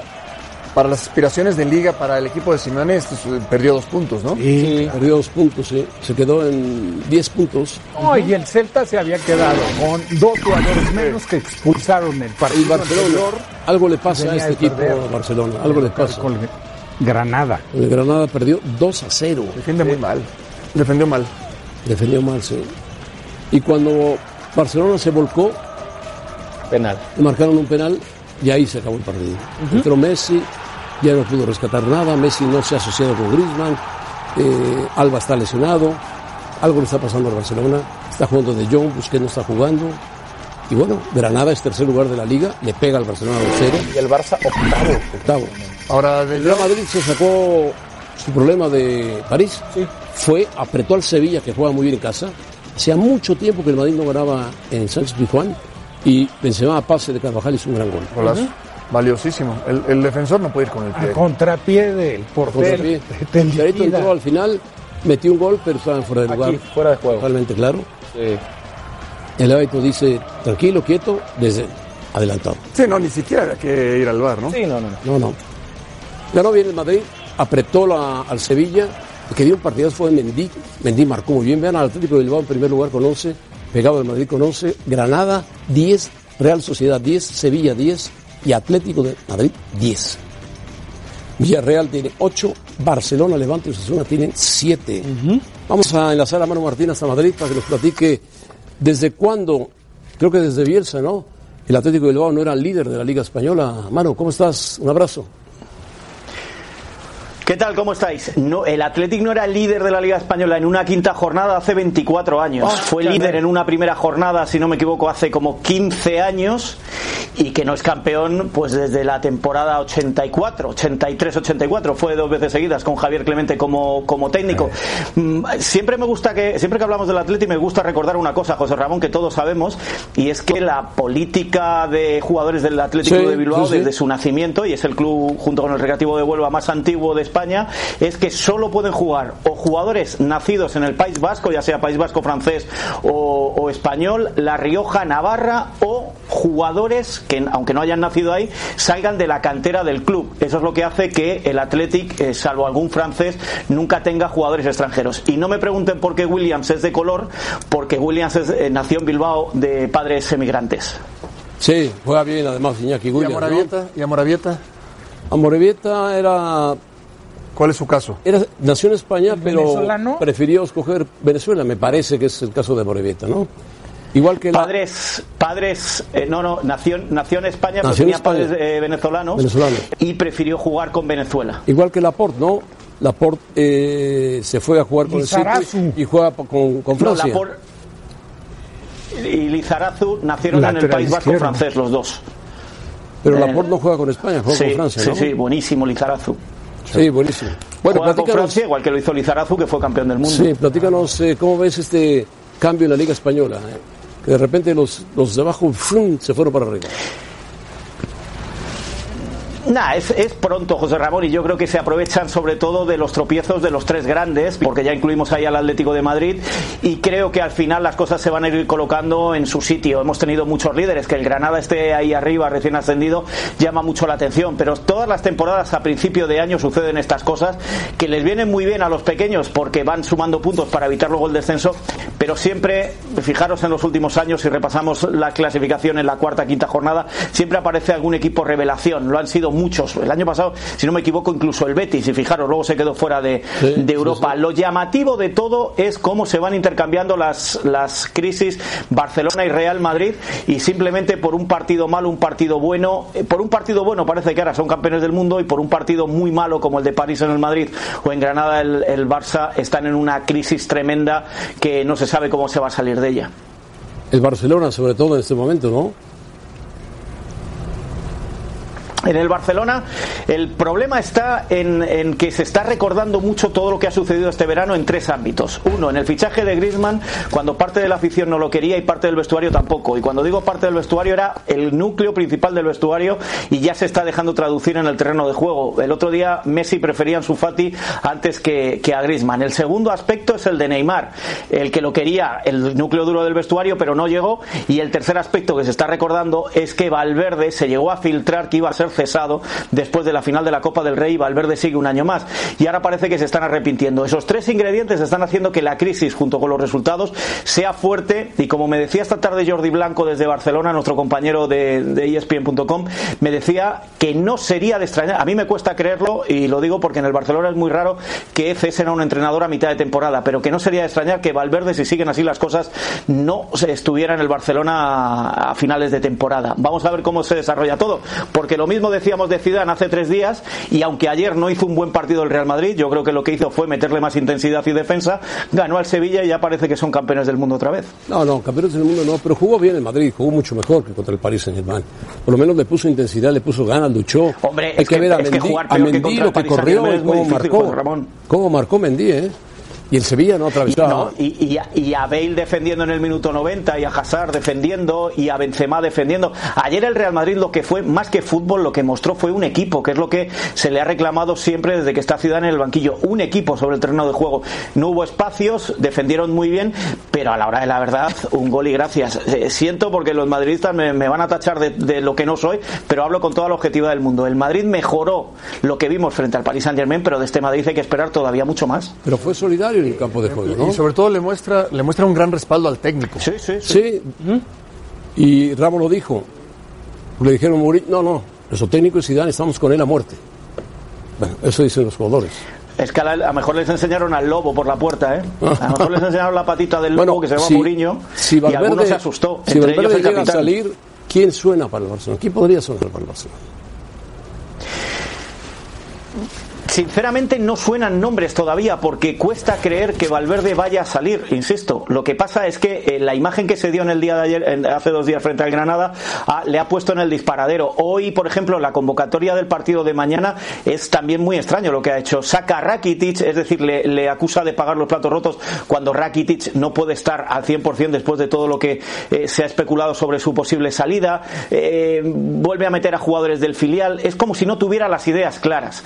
para las aspiraciones de liga, para el equipo de Simeone, esto es- eh, perdió dos puntos, ¿no? Perdió dos puntos, sí. Se quedó en 10 puntos. No, y el Celta se había quedado con dos jugadores menos que expulsaron el partido. El Barcelona. anterior. Algo le pasa a Venía este de equipo, perder. Barcelona. Algo le pasa. Granada. El Granada perdió 2 a 0. Defiende muy mal. Defendió mal. Defendió mal, sí. Y cuando Barcelona se volcó, Penal. marcaron un penal y ahí se acabó el partido. Entró Messi, ya no pudo rescatar nada, Messi no se ha asociado con Griezmann, eh, Alba está lesionado, algo le está pasando al Barcelona, está jugando De Jong, Busquets no está jugando. Y bueno, Granada es tercer lugar de la liga, le pega al Barcelona 2-0, Y el Barça octavo. octavo. Ahora, El del Real Madrid se sacó su problema de París. Fue, apretó al Sevilla, que juega muy bien en casa. Hacía mucho tiempo que el Madrid no ganaba en Sánchez Pizjuán. Y Benzema a pase de Carvajal hizo un gran gol. golazo. Valiosísimo. El, el defensor no puede ir con el A pie. contrapié del portero. Contrapié. Te Chicharito liquida. entró al final, metió un gol, pero estaban fuera de lugar. Aquí, fuera de juego. Totalmente claro. Sí. El hábito dice, tranquilo, quieto, desde adelantado. Sí, no, ni siquiera había que ir al bar, ¿no? Sí, no, no, no. No, no. Ganó bien el Madrid, apretó la- al Sevilla, el que dio un partidazo fue Mendy. Mendy marcó muy bien. Vean al Atlético de Bilbao en primer lugar con 11, pegado al Madrid con 11, Granada 10, Real Sociedad 10, Sevilla 10 y Atlético de Madrid 10. Villarreal tiene 8, Barcelona, Levante y Osasuna tienen 7. Vamos a enlazar a Manu Martín hasta Madrid para que nos platique desde cuándo, creo que desde Bielsa, ¿no? El Atlético de Bilbao no era líder de la Liga Española. Manu, ¿cómo estás? Un abrazo. ¿Qué tal? ¿Cómo estáis? No, el Athletic no era líder de la Liga Española en una quinta jornada hace 24 años. Fue ¿eh? líder en una primera jornada, si no me equivoco, hace como 15 años y que no es campeón pues desde la temporada 84, 83-84. Fue dos veces seguidas con Javier Clemente como, como técnico. Mm, Siempre me gusta que, siempre que hablamos del Athletic me gusta recordar una cosa, José Ramón, que todos sabemos, y es que la política de jugadores del Atlético Sí, de Bilbao sí, sí. desde su nacimiento, y es el club junto con el Recreativo de Huelva más antiguo de España, es que solo pueden jugar o jugadores nacidos en el País Vasco, ya sea País Vasco francés o, o español, La Rioja, Navarra o jugadores que, aunque no hayan nacido ahí, salgan de la cantera del club. Eso es lo que hace que el Athletic, eh, salvo algún francés, nunca tenga jugadores extranjeros. Y no me pregunten por qué Williams es de color, porque Williams es- eh, nació en Bilbao de padres emigrantes. Sí, juega bien además Iñaki ¿Y a Williams. ¿no? Moravieta? ¿Y a Moravieta? Amorebieta era, ¿Cuál es su caso? era nació en España, pero venezolano? prefirió escoger Venezuela. Me parece que es el caso de Amorebieta, ¿no? Igual que la, Padres, padres, eh, no, no, nació, nació en España, pero Nació en tenía España. padres eh, venezolanos, Venezolanos. y prefirió jugar con Venezuela. igual que Laporte, ¿no? Laporte eh, se fue a jugar con el City Lizarazu. y juega po- con, con No, Francia. Lapor- y Lizarazu nacieron en el Lateral País Vasco izquierdo. francés los dos. pero eh, Laporte no juega con España, juega sí, con Francia, sí, ¿no? sí, buenísimo Lizarazu. Sí, buenísimo. Bueno, juega con platícanos, Francia igual que lo hizo Lizarazu, que fue campeón del mundo. sí, platícanos eh, cómo ves este cambio en la Liga Española. eh? Que de repente los, los de abajo ¡fum!, se fueron para arriba. Nah, es, es pronto, José Ramón, y yo creo que se aprovechan sobre todo de los tropiezos de los tres grandes, porque ya incluimos ahí al Atlético de Madrid, y creo que al final las cosas se van a ir colocando en su sitio. Hemos tenido muchos líderes, que el Granada esté ahí arriba, recién ascendido, llama mucho la atención, pero todas las temporadas a principio de año suceden estas cosas que les vienen muy bien a los pequeños porque van sumando puntos para evitar luego el descenso, pero pero siempre, fijaros en los últimos años, si repasamos la clasificación en la cuarta, quinta jornada, siempre aparece algún equipo revelación, lo han sido muchos. El año pasado, si no me equivoco, incluso el Betis, y fijaros, luego se quedó fuera de, de Europa. Lo llamativo de todo es cómo se van intercambiando las, las crisis Barcelona y Real Madrid, y simplemente por un partido malo, un partido bueno, eh, por un partido bueno parece que ahora son campeones del mundo, y por un partido muy malo como el de París en el Madrid o en Granada el, el Barça, están en una crisis tremenda que no se sabe cómo se va a salir de ella. El Barcelona, sobre todo en este momento, ¿no? En el Barcelona, el problema está en, en que se está recordando mucho todo lo que ha sucedido este verano en tres ámbitos. Uno, en el fichaje de Griezmann, cuando parte de la afición no lo quería y parte del vestuario tampoco. Y cuando digo parte del vestuario, era el núcleo principal del vestuario y ya se está dejando traducir en el terreno de juego. El otro día Messi prefería a Ansu Fati antes que, que a Griezmann. El segundo aspecto es el de Neymar, el que lo quería el núcleo duro del vestuario, pero no llegó. Y el tercer aspecto que se está recordando es que Valverde se llegó a filtrar que iba a ser cesado después de la final de la Copa del Rey y Valverde sigue un año más. Y ahora parece que se están arrepintiendo. Esos tres ingredientes están haciendo que la crisis, junto con los resultados, sea fuerte. Y como me decía esta tarde Jordi Blanco desde Barcelona, nuestro compañero de, de E ESPN.com, me decía que no sería de extrañar. A mí me cuesta creerlo y lo digo porque en el Barcelona es muy raro que cesen a un entrenador a mitad de temporada, pero que no sería de extrañar que Valverde, si siguen así las cosas, no se estuviera en el Barcelona a- a finales de temporada. Vamos a ver cómo se desarrolla todo, porque lo mismo mismo decíamos de Zidane hace tres días y aunque ayer no hizo un buen partido el Real Madrid, yo creo que lo que hizo fue meterle más intensidad y defensa, ganó al Sevilla y ya parece que son campeones del mundo otra vez. No, no, campeones del mundo no, pero jugó bien el Madrid, jugó mucho mejor que contra el Paris Saint-Germain. Por lo menos le puso intensidad, le puso ganas, luchó. Hay Hombre, es que- es que Mendy- jugar peor que Mendy, contra el lo que Paris corrió Saint-Germain es es muy cómo difícil, marcó. Juan Ramón. Cómo marcó Mendy, ¿eh? Y el Sevilla no Y, atravesaba. no, y- y a, y a Bale defendiendo en el minuto 90 y a Hazard defendiendo y a Benzema defendiendo. Ayer el Real Madrid lo que fue, más que fútbol, lo que mostró fue un equipo, que es lo que se le ha reclamado siempre desde que está Zidane en el banquillo. Un equipo sobre el terreno de juego. No hubo espacios, defendieron muy bien, pero a la hora de la verdad, un gol y gracias. Eh, Siento porque los madridistas me, me van a tachar de, de lo que no soy, pero hablo con toda la objetividad del mundo. El Madrid mejoró lo que vimos frente al Paris Saint-Germain, pero de este Madrid hay que esperar todavía mucho más. Pero fue solidario en el campo de juego, ¿no? Y sobre todo le muestra, le muestra un gran respaldo al técnico. Sí, sí, Sí, y Ramos lo dijo. Le dijeron, Mourinho, no, no, nuestro técnico es Zidane, estamos con él a muerte. Bueno, eso dicen los jugadores. Es que a la- a lo mejor les enseñaron al lobo por la puerta, ¿eh? A lo mejor les enseñaron la patita del lobo que se llama si- Mourinho si y Valverde- alguno se asustó. Si entre ellos Valverde el llega a capitán. salir, ¿quién suena para el Barcelona? ¿Quién podría sonar para el Barcelona? Sinceramente no suenan nombres todavía porque cuesta creer que Valverde vaya a salir, insisto. Lo que pasa es que eh, la imagen que se dio en el día de ayer, en- hace dos días frente al Granada, ah, le ha puesto en el disparadero. Hoy, por ejemplo, la convocatoria del partido de mañana es también muy extraño lo que ha hecho. Saca a Rakitic, es decir, le, le acusa de pagar los platos rotos cuando Rakitic no puede estar al 100% después de todo lo que eh, se ha especulado sobre su posible salida. Eh, vuelve a meter a jugadores del filial. Es como si no tuviera las ideas claras.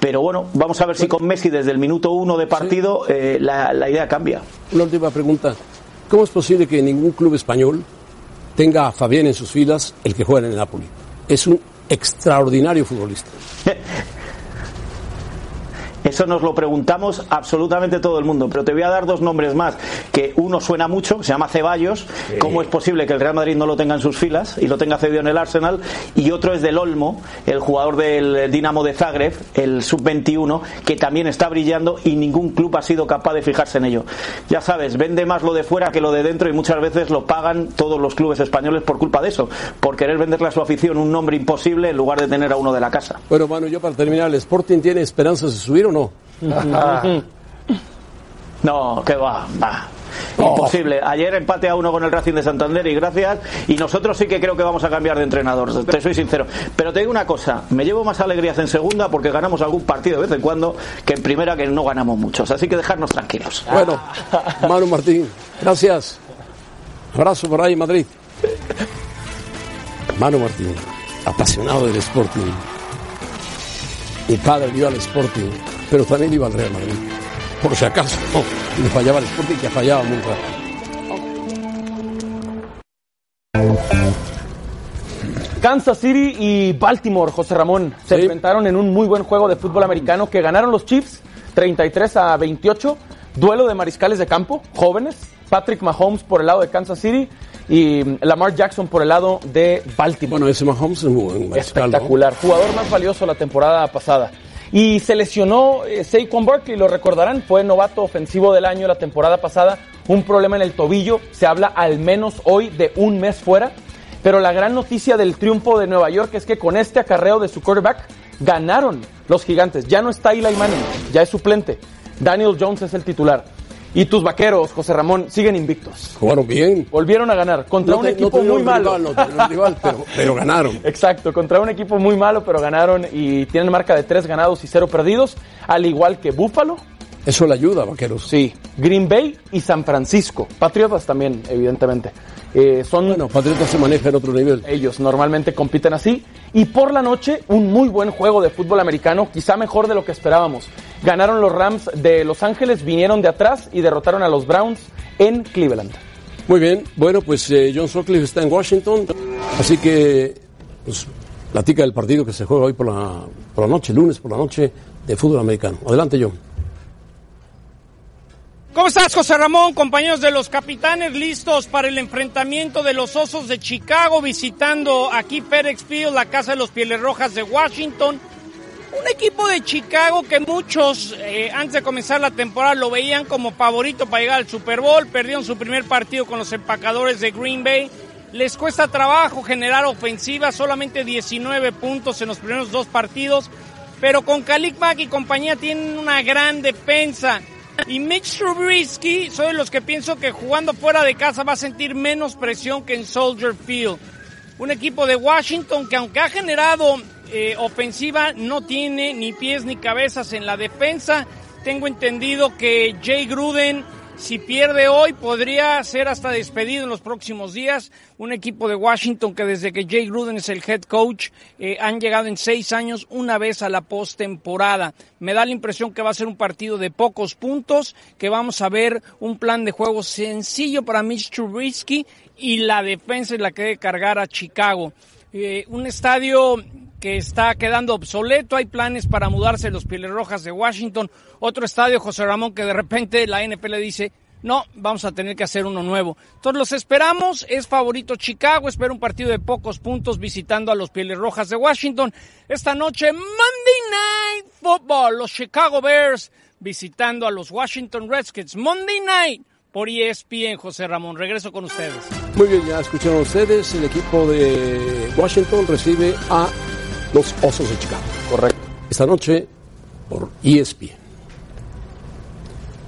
Pero bueno, vamos a ver si con Messi desde el minuto uno de partido eh, la, la idea cambia. Una última pregunta. ¿Cómo es posible que ningún club español tenga a Fabián en sus filas el que juega en el Napoli? Es un extraordinario futbolista. Eso nos lo preguntamos absolutamente todo el mundo. Pero te voy a dar dos nombres más, que uno suena mucho, se llama Ceballos. ¿Cómo es posible que el Real Madrid no lo tenga en sus filas y lo tenga cedido en el Arsenal? Y otro es del Olmo, el jugador del Dinamo de Zagreb, el sub-21, que también está brillando y ningún club ha sido capaz de fijarse en ello. Ya sabes, vende más lo de fuera que lo de dentro y muchas veces lo pagan todos los clubes españoles por culpa de eso, por querer venderle a su afición un nombre imposible en lugar de tener a uno de la casa. Bueno, Manu, yo para terminar, ¿el Sporting tiene esperanzas de subir o no? No, que va, va. Imposible. Ayer empate a uno con el Racing de Santander y gracias. Y nosotros sí que creo que vamos a cambiar de entrenador, te soy sincero. Pero te digo una cosa, me llevo más alegrías en segunda porque ganamos algún partido de vez en cuando que en primera que no ganamos muchos. Así que dejarnos tranquilos. Bueno, Manu Martín, gracias. Abrazo por ahí, Madrid. Manu Martín, apasionado del Sporting. Mi padre dio al Sporting, pero también iba al Real Madrid. Por si acaso, le fallaba el Sporting, que fallaba muy rápido. Kansas City y Baltimore, José Ramón, se enfrentaron en un muy buen juego de fútbol americano que ganaron los Chiefs 33 a 28. Duelo de mariscales de campo, jóvenes. Patrick Mahomes por el lado de Kansas City y mm, Lamar Jackson por el lado de Baltimore. Bueno, ese Mahomes es muy Espectacular. Jugador más valioso la temporada pasada. Y se lesionó eh, Saquon Barkley, lo recordarán, fue novato ofensivo del año la temporada pasada. Un problema en el tobillo, se habla al menos hoy de un mes fuera. Pero la gran noticia del triunfo de Nueva York es que con este acarreo de su quarterback ganaron los gigantes. Ya no está Eli Manning, ya es suplente. Daniel Jones es el titular. Y tus vaqueros, José Ramón, siguen invictos. Jugaron bien. Volvieron a ganar contra No un te- no equipo tuvieron muy malo. rival, no tuvieron rival, pero- pero ganaron. Exacto, contra un equipo muy malo, pero ganaron y tienen marca de tres ganados y cero perdidos, al igual que Búfalo. Eso le ayuda, vaqueros. Sí, Green Bay y San Francisco. Patriotas también, evidentemente. Eh, son bueno, Patriotas se maneja en otro nivel. Ellos normalmente compiten así. Y por la noche, un muy buen juego de fútbol americano, quizá mejor de lo que esperábamos. Ganaron los Rams de Los Ángeles, vinieron de atrás y derrotaron a los Browns en Cleveland. Muy bien, bueno, pues eh, John Sutcliffe está en Washington, así que pues, platica del partido que se juega hoy por la, por la noche, lunes por la noche, de fútbol americano. Adelante, John. ¿Cómo estás, José Ramón? Compañeros de los capitanes, listos para el enfrentamiento de los Osos de Chicago, visitando aquí FedEx Field, la casa de los Pieles Rojas de Washington. Un equipo de Chicago que muchos, eh, antes de comenzar la temporada, lo veían como favorito para llegar al Super Bowl. Perdieron su primer partido con los empacadores de Green Bay. Les cuesta trabajo generar ofensiva, solamente 19 puntos en los primeros dos partidos. Pero con Kalik Mack y compañía tienen una gran defensa. Y Mitch Trubisky, soy de los que pienso que jugando fuera de casa va a sentir menos presión que en Soldier Field un equipo de Washington que aunque ha generado eh, ofensiva, no tiene ni pies ni cabezas en la defensa. Tengo entendido que Jay Gruden, si pierde hoy, podría ser hasta despedido en los próximos días. Un equipo de Washington que desde que Jay Gruden es el head coach, eh, han llegado en seis años una vez a la postemporada. Me da la impresión que va a ser un partido de pocos puntos, que vamos a ver un plan de juego sencillo para Mitch Trubisky y la defensa es la que debe cargar a Chicago. Eh, un estadio que está quedando obsoleto, hay planes para mudarse los Pieles Rojas de Washington, otro estadio José Ramón que de repente la NPL dice, no, vamos a tener que hacer uno nuevo. Entonces los esperamos, es favorito Chicago, espero un partido de pocos puntos visitando a los Pieles Rojas de Washington. Esta noche Monday Night Football, los Chicago Bears visitando a los Washington Redskins. Monday Night por E ESPN, José Ramón. Regreso con ustedes. Muy bien, ya escucharon ustedes, el equipo de Washington recibe a los Osos de Chicago. Correcto. Esta noche por E ESPN.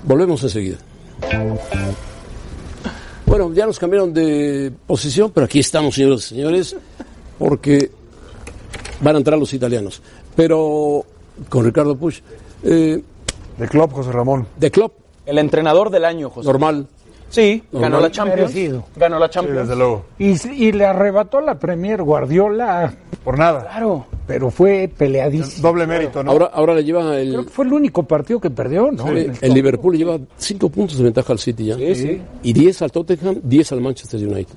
Volvemos enseguida. Bueno, ya nos cambiaron de posición, pero aquí estamos, señores y señores, porque van a entrar los italianos. Pero con Ricardo Push. de Klopp, José Ramón. De Klopp. El entrenador del año, José. Normal. Sí, ganó Normal. la Champions. Merecido. Ganó la Champions. Y, y le arrebató la Premier Guardiola. Por nada. Claro, pero fue peleadísimo. Doble mérito, ¿no? Ahora, ahora le lleva el. Creo que fue el único partido que perdió, ¿no? Este, Sí, el Liverpool lleva 5 puntos de ventaja al City ya. sí. Y 10 al Tottenham, 10 al Manchester United.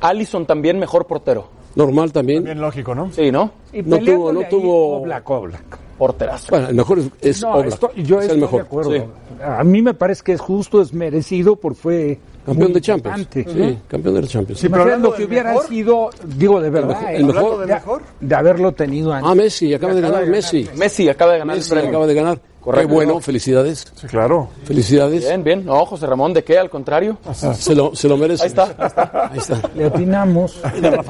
Allison también mejor portero. Normal también. Bien lógico, ¿no? Sí, ¿no? Y No tuvo, no peleándole ahí tuvo. Oblak, Oblak. Porterazo. Bueno, el mejor es, es No, Oblak. esto- yo es estoy el mejor. de acuerdo. A mí me parece que es justo, es merecido, porque fue Campeón muy de Champions. importante. ¿eh? Sí, campeón de la Champions. Sí, pero lo que hubiera sido, digo de verdad, mejor- ¿eh? el mejor- Hablando del de, mejor. de haberlo tenido antes. Ah, Messi, acaba de Acaba ganar de Messi. Messi acaba de ganar el Messi premio. acaba de ganar. Correcto. Qué bueno, felicidades. Sí, claro. Felicidades. Ah, Bien, bien. No, José Ramón, ¿de qué? Al contrario. Se lo, se lo merece. Ahí está, ahí está. Ahí está. Le atinamos.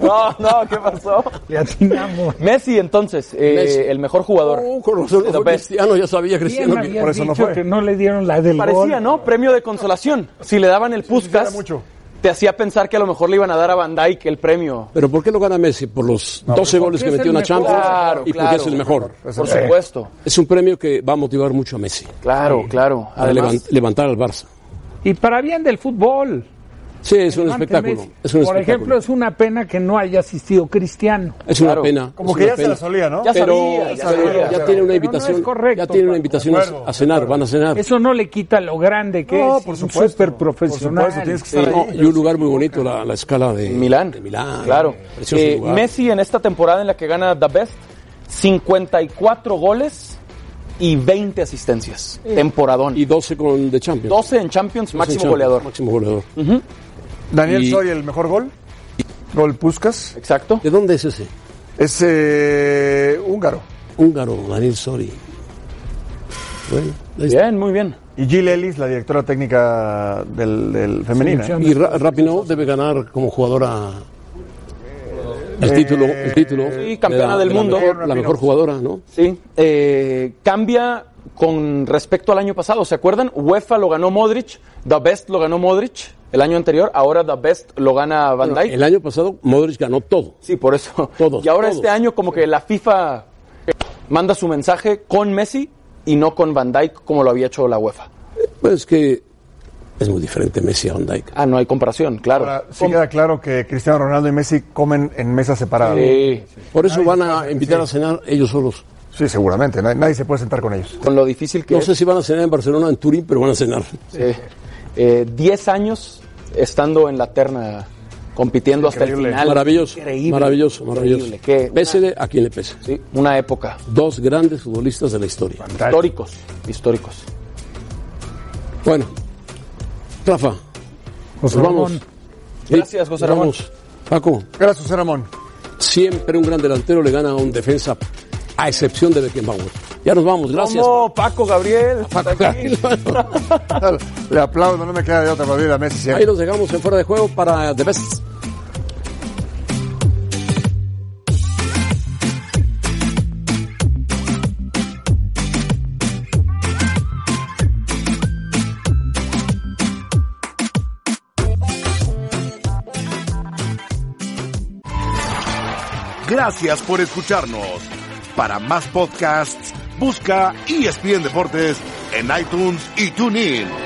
No, no, ¿qué pasó? Le atinamos. Messi, entonces, eh, Messi. Oh, el mejor jugador. no fue Cristiano, ya sabía Bien habías dicho que no le dieron la del gol. Parecía, ¿no? Premio de consolación. Si le daban el Puskas, te hacía pensar que a lo mejor le iban a dar a Van Dijk el premio. Pero ¿por qué lo gana Messi? Por los 12 goles que metió en la Champions Claro, y porque claro. es el mejor. Por supuesto. Es un premio que va a motivar mucho a Messi. Claro, claro. Para Además- levan- levantar al Barça. Y para bien del fútbol. Sí, es un Levante espectáculo. Messi. Es un Por espectáculo. ejemplo, es una pena que no haya asistido Cristiano. Es una pena. es una pena. Pero pero ya tiene una invitación. ya tiene una invitación a- a cenar, van a cenar. Eso no le quita lo grande que es. por supuesto. Súper profesional. Sí, no, y un lugar muy bonito, la, la escala de Milán. De Milán. Claro. Precioso Eh, lugar. Messi en esta temporada en la que gana The Best, 54 goles y 20 asistencias. Temporadón. Y 12 con de Champions. 12 en Champions, máximo Champions, goleador. Máximo goleador. Daniel Y- Soy, el mejor gol. Gol Puskas. Exacto. ¿De dónde es ese? Es eh, húngaro. Húngaro, Daniel Sori. Bueno, Bien, muy bien. Y Jill Ellis, la directora técnica del, del femenina. Y Ra- Rapinoe debe ganar como jugadora el Eh, título, el título. Sí, campeona La- del la mundo. mejor- la mejor jugadora, ¿no? Sí. Eh, cambia con respecto al año pasado, ¿se acuerdan? UEFA lo ganó Modric, The Best lo ganó Modric el año anterior, ahora The Best lo gana Van Dijk. el año pasado Modric ganó todo. Sí, por eso. Todos, y ahora Pues todos. este año como que la FIFA eh, manda su mensaje con Messi y no con Van Dijk como lo había hecho la UEFA. Pues es que es muy diferente Messi a Van Dijk. Ah, no hay comparación, claro. Ahora, sí queda claro que Cristiano Ronaldo y Messi comen en mesas separadas. Sí. Por eso van a Ah, invitar a cenar ellos solos. Sí, seguramente. Nadie, nadie se puede sentar con ellos. Con lo difícil que No es. sé si van a cenar en Barcelona o en Turín, pero van a cenar. Sí. Eh, 10 años estando en la terna, compitiendo hasta el Increíble. final. Maravilloso, Increíble. maravilloso, maravilloso. Increíble. Qué- Pésele a quien le pese. Sí, una época. Dos grandes futbolistas de la historia. Históricos, históricos. Bueno, Rafa, José nos Ramón. vamos. Gracias, José nos Ramón. vamos. Paco. Gracias, José Ramón. Siempre un gran delantero le gana a un defensa, a excepción de Beckenbauer. Ya nos vamos, gracias. ¿Cómo, Paco Gabriel? Le aplaudo, no me queda de otra para a Messi. siempre. Ahí los dejamos en fuera de juego para The Best. Gracias por escucharnos. Para más podcasts, busca ESPN Deportes en iTunes y TuneIn.